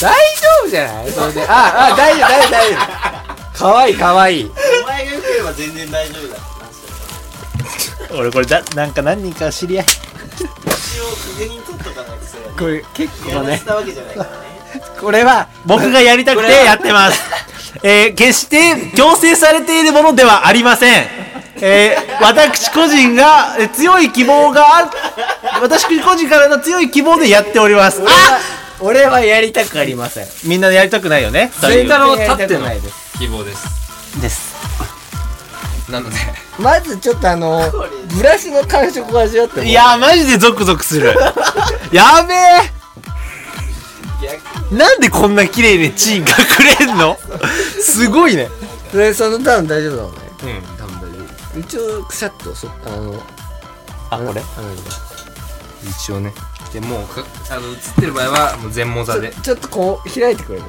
Speaker 3: 大丈夫じゃないそれでああ大丈夫大丈夫大丈夫かわいいかわいい
Speaker 4: お前が良ければ全然大丈夫だってなそれは
Speaker 2: 俺これだなんか何人か知り合い
Speaker 4: 一応確認取っとかないとそれはね
Speaker 3: これ結
Speaker 4: や
Speaker 3: 構
Speaker 4: ら
Speaker 3: ね
Speaker 4: せたわけじゃないからね
Speaker 3: これは
Speaker 2: 僕がやりたくてやってます。えー決して強制されているものではありません。えー私個人がえー強い希望があ私個人からの強い希望でやっております。あ
Speaker 3: 俺はやりたくありません
Speaker 2: みんなやりたくないよね。
Speaker 1: 全太郎たって
Speaker 3: 全然やりたく
Speaker 1: の
Speaker 3: ないです
Speaker 1: 希望です
Speaker 2: です。
Speaker 1: なので
Speaker 3: まずちょっとあ のブラシの感触を味わってもらう
Speaker 2: いやーマジでゾクゾク する。やべえ。なんでこんな綺麗にチン隠れんのすごいね。
Speaker 3: それそのターン大丈夫だもんね
Speaker 1: うん多分大丈
Speaker 3: 一応くしゃっとそあの
Speaker 2: あ、これ
Speaker 3: あの
Speaker 1: 夫一応ねでもうかあの映ってる場合はもう全モザで
Speaker 3: ちょちょっとこう開いてくれる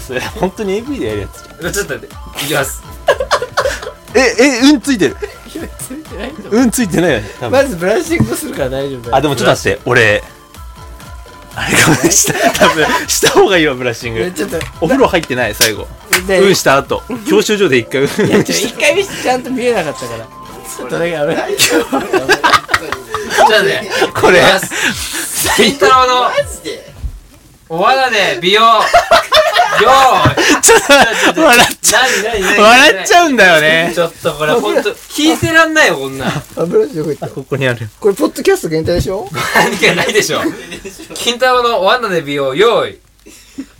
Speaker 2: それ本当に AV でやるやつじ
Speaker 1: ちょっと待っていきます
Speaker 2: ゃん。え、え、うんついてる。うんついてないよね。多分
Speaker 3: まずブラッシングするから大丈夫だよ
Speaker 2: あ、でもちょっと待って、俺、あれかもね、した、多分した方がいいわ、ブラッシン
Speaker 3: え
Speaker 2: グ。
Speaker 3: ちょっと
Speaker 2: お風呂入ってない、最後。
Speaker 3: で
Speaker 2: うんした後。教習所で一回うん
Speaker 3: いやちょ
Speaker 2: し
Speaker 3: 一回見せてちゃんと見えなかったからちょっとだけ危ない
Speaker 1: じゃあね
Speaker 2: た。これ、
Speaker 1: 全太郎の
Speaker 4: マジで
Speaker 1: お罠で美容よーい
Speaker 2: ちょっと、笑っちゃ
Speaker 1: 何何何
Speaker 2: う。笑っち
Speaker 1: う
Speaker 2: ゃうんだよね。
Speaker 1: ちょっとこれほんと聞いてらんないよこんなん
Speaker 3: あブラッシング入った
Speaker 2: ここにある。
Speaker 3: これポッドキャスト限定でしょ
Speaker 1: 何かないでしょ金太郎のお罠で美容よーい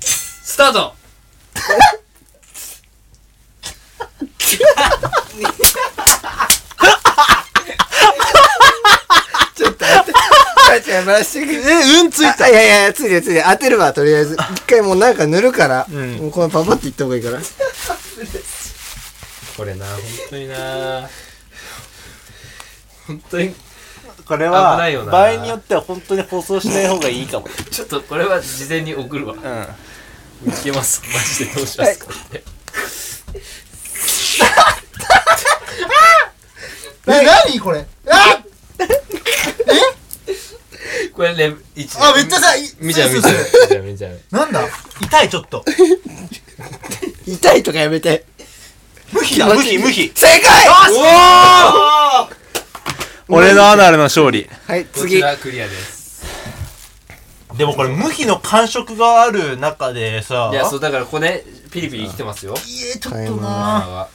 Speaker 1: スタート
Speaker 3: 違う違うブラッシングえうんついたいやいやついてるついてる当てるわとりあえ ず一回もうなんか塗るから
Speaker 2: ん
Speaker 3: もうこのパパっていった方がいいから
Speaker 1: これな本当にな本当に
Speaker 2: これ
Speaker 1: は危ないよな場合によ
Speaker 2: っては本当に放送しない方 がいいかも。
Speaker 1: ちょっとこれは事前に送るわ
Speaker 2: うん。あ
Speaker 1: いけ ますマジでどうしますか って
Speaker 3: え何これ
Speaker 1: これね一あめっちゃさ見ちゃう見ちゃう見ちゃう見ちゃう
Speaker 8: なんだ痛いちょっと
Speaker 3: 痛いとかやめて
Speaker 8: 無比だ無比無比
Speaker 3: 正解
Speaker 2: 俺のアナルの勝利。
Speaker 3: はい
Speaker 1: こち
Speaker 3: 次
Speaker 1: らクリアです
Speaker 8: でもこれ無比の感触がある中でさ
Speaker 1: いやそうだからここねピリピリ生きてますよ
Speaker 8: いえちょっ
Speaker 3: 買い
Speaker 8: と
Speaker 3: 物
Speaker 8: な
Speaker 1: ああ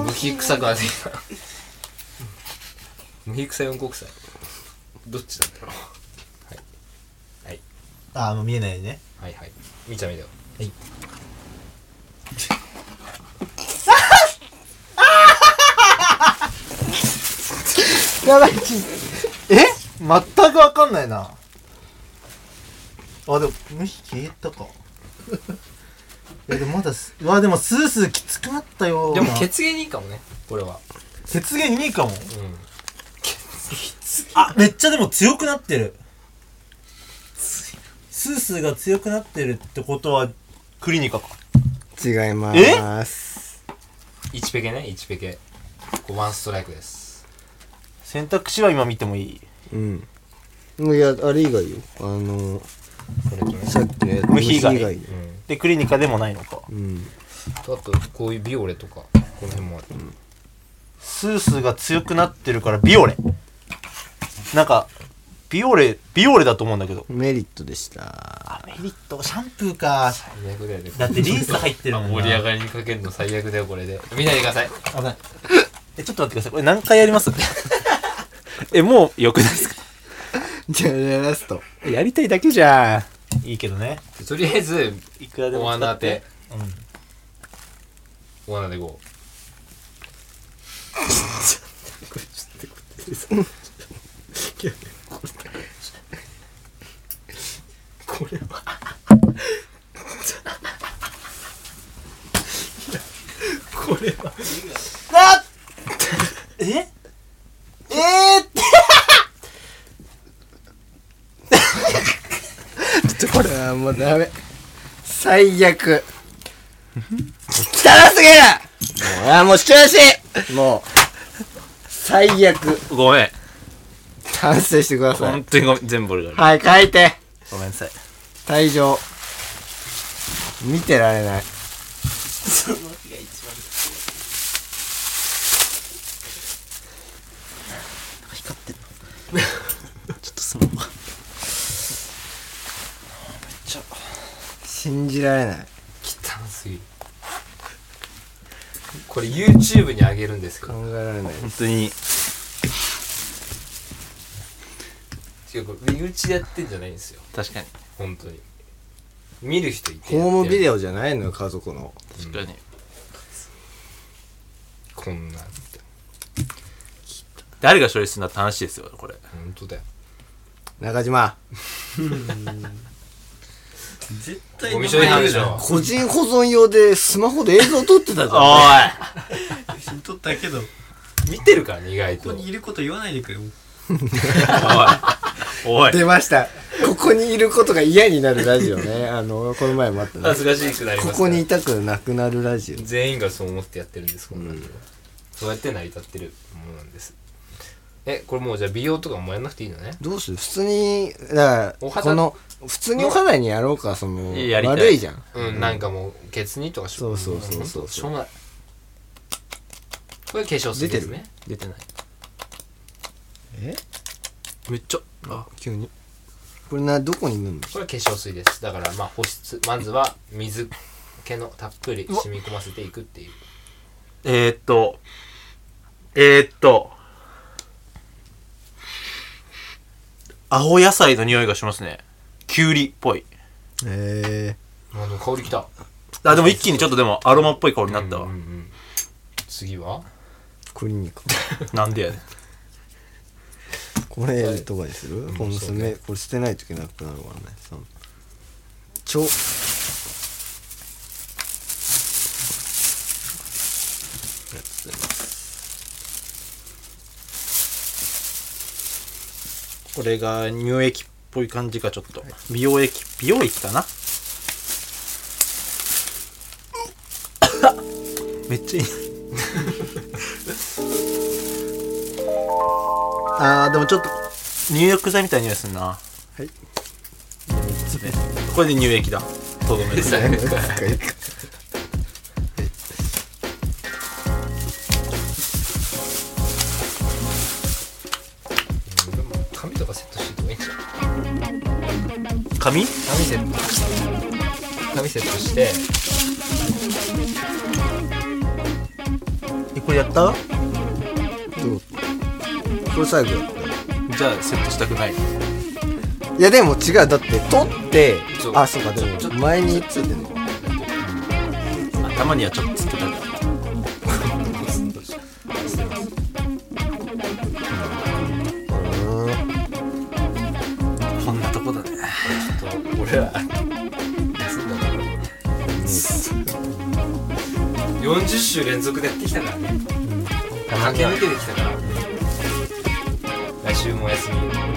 Speaker 1: 無比臭くはねえな無比臭四国臭どっちだったろう
Speaker 8: あもう見えないね
Speaker 1: はいはい見ちゃう見ちゃう
Speaker 3: やばいちん
Speaker 8: え全くわかんないなあでも無比消えたかえでもまだすうわでもスースーきつくなったよ
Speaker 1: でも血芸にいいかもねこれは
Speaker 8: 血源いいかも
Speaker 1: うん
Speaker 8: あめっちゃでも強くなってるスースーが強くなってるってことはクリニカか
Speaker 3: 違います。
Speaker 1: 1ペケね1ペケこうワンストライクです
Speaker 8: 選択肢は今見てもいい
Speaker 3: うん。いや、あれ以外よ。あの、
Speaker 1: これとね
Speaker 3: さっきのやつ。
Speaker 8: 無比以外
Speaker 3: 無比
Speaker 1: うん
Speaker 8: でクリニカでもないのか
Speaker 3: うん。
Speaker 1: あとこういうビオレとかこの辺もある
Speaker 8: スースーが強くなってるからビオレなんかビオレビオレだと思うんだけど
Speaker 3: メリットでした。
Speaker 8: あメリットシャンプーか
Speaker 1: 最悪だよね
Speaker 8: だってリンス入ってるもんな
Speaker 1: 盛り上がりにかけるの最悪だよこれで見ないでください
Speaker 8: 危ないえちょっと待ってくださいこれ何回やります えもうよくないですか
Speaker 3: じゃあ、ラスト。
Speaker 8: やりたいだけじゃんいいけどね
Speaker 1: とりあえず
Speaker 8: いくらでも
Speaker 1: お
Speaker 8: 使
Speaker 1: 穴当
Speaker 8: ってて
Speaker 1: お穴でこ
Speaker 8: あええー、って
Speaker 3: ちょっとこれはもうダメ。最悪。汚すぎるもう、あーもう中止もう、最悪。
Speaker 2: うごめん
Speaker 3: 反省してください
Speaker 2: 本。当にごめん全部俺が悪い
Speaker 3: はい、書いて。
Speaker 8: ごめんなさい
Speaker 3: 退場。見てられない。
Speaker 8: ちょっとスマホが
Speaker 3: 信じられない。
Speaker 1: 汚すぎるこれ YouTube に上げるんですけ
Speaker 3: 考
Speaker 1: ど
Speaker 3: えられない。
Speaker 8: 本当に
Speaker 1: 違うこれ身内でやってんじゃないんですよ
Speaker 2: 確かに
Speaker 1: 本当に見る人いて
Speaker 3: ホームビ
Speaker 1: オ
Speaker 3: デオじゃないのよ、家族の。
Speaker 2: 確かに
Speaker 1: こんなん
Speaker 2: 誰が処理するんだって話ですよこれ
Speaker 1: 本当だよ
Speaker 3: 中島。
Speaker 8: 絶
Speaker 1: ゴミ処理班でしょ
Speaker 3: 個人保存用でスマホで映像撮ってたじゃん。
Speaker 2: お
Speaker 9: 写真撮ったけどこ
Speaker 1: 見てるからね意外と
Speaker 9: こにいること言わないでくれよ
Speaker 2: いおい
Speaker 3: 出ました。ここにいることが嫌になるラジオね。あの、この前もあったね。
Speaker 1: 恥ずかしくなります
Speaker 3: こ
Speaker 1: から
Speaker 3: こにいたくなくなるラジオ。
Speaker 1: 全員がそう思ってやってるんですこのラジオはそうやって成り立ってるものなんですえこれもうじゃあ美容とかもやんなくていいのね
Speaker 3: どうする普通に、だ
Speaker 1: お
Speaker 3: か
Speaker 1: 肌
Speaker 3: ら、この、普通にお肌にやろうか、その、
Speaker 2: いややりたい
Speaker 3: 悪いじゃん。
Speaker 1: うん、なんかもうケツにとかし
Speaker 3: そうそうそう
Speaker 1: ほ
Speaker 3: そう
Speaker 1: んとしょうもないこれ化粧水ですね
Speaker 2: 出てない
Speaker 3: え
Speaker 2: めっちゃあ
Speaker 3: 急に。これな、どこに塗るの
Speaker 1: これは化粧水ですだからまあ保湿まずは水気のたっぷり染み込ませていくっていう
Speaker 2: えー、っとえー、っと青野菜の匂いがしますねきゅうりっぽい
Speaker 3: え
Speaker 1: あの香りきた
Speaker 2: あでも一気にちょっとでもアロマっぽい香りになったわ、
Speaker 1: うんうんうん次は
Speaker 3: ー、クリニカ。
Speaker 2: なんでやねん
Speaker 3: これとかにするこの爪、これ捨てないといけなくなるからね。その超、
Speaker 2: これが乳液っぽい感じかちょっと美容液美容液 かなめっち ゃいいあーでもちょっと入浴剤みたいな匂いすんなはいつ目これで乳液だとどめです
Speaker 3: えー、使い
Speaker 1: うんでも髪とかセットしていいんじゃん
Speaker 2: 髪
Speaker 1: 髪セット髪セットして
Speaker 2: えこれやった
Speaker 3: どうこれ最後やった
Speaker 2: じゃあセットしたくない
Speaker 3: いやでも違うだって取って
Speaker 1: そう
Speaker 3: あそうかでも前についてんのか
Speaker 2: 頭にはちょっとつけたくないこんなとこだね
Speaker 1: ちょっと俺ら休んだから、40週連続でやってきたからね、駆け抜けてきたから、来週もお休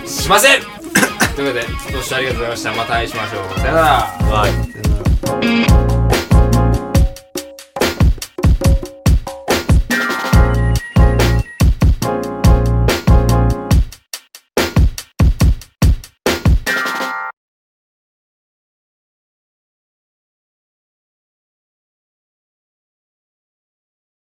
Speaker 1: みしませんということで、ご視聴ありがとうございました。また会いしましょう。さよなら。
Speaker 2: はい
Speaker 3: さよなら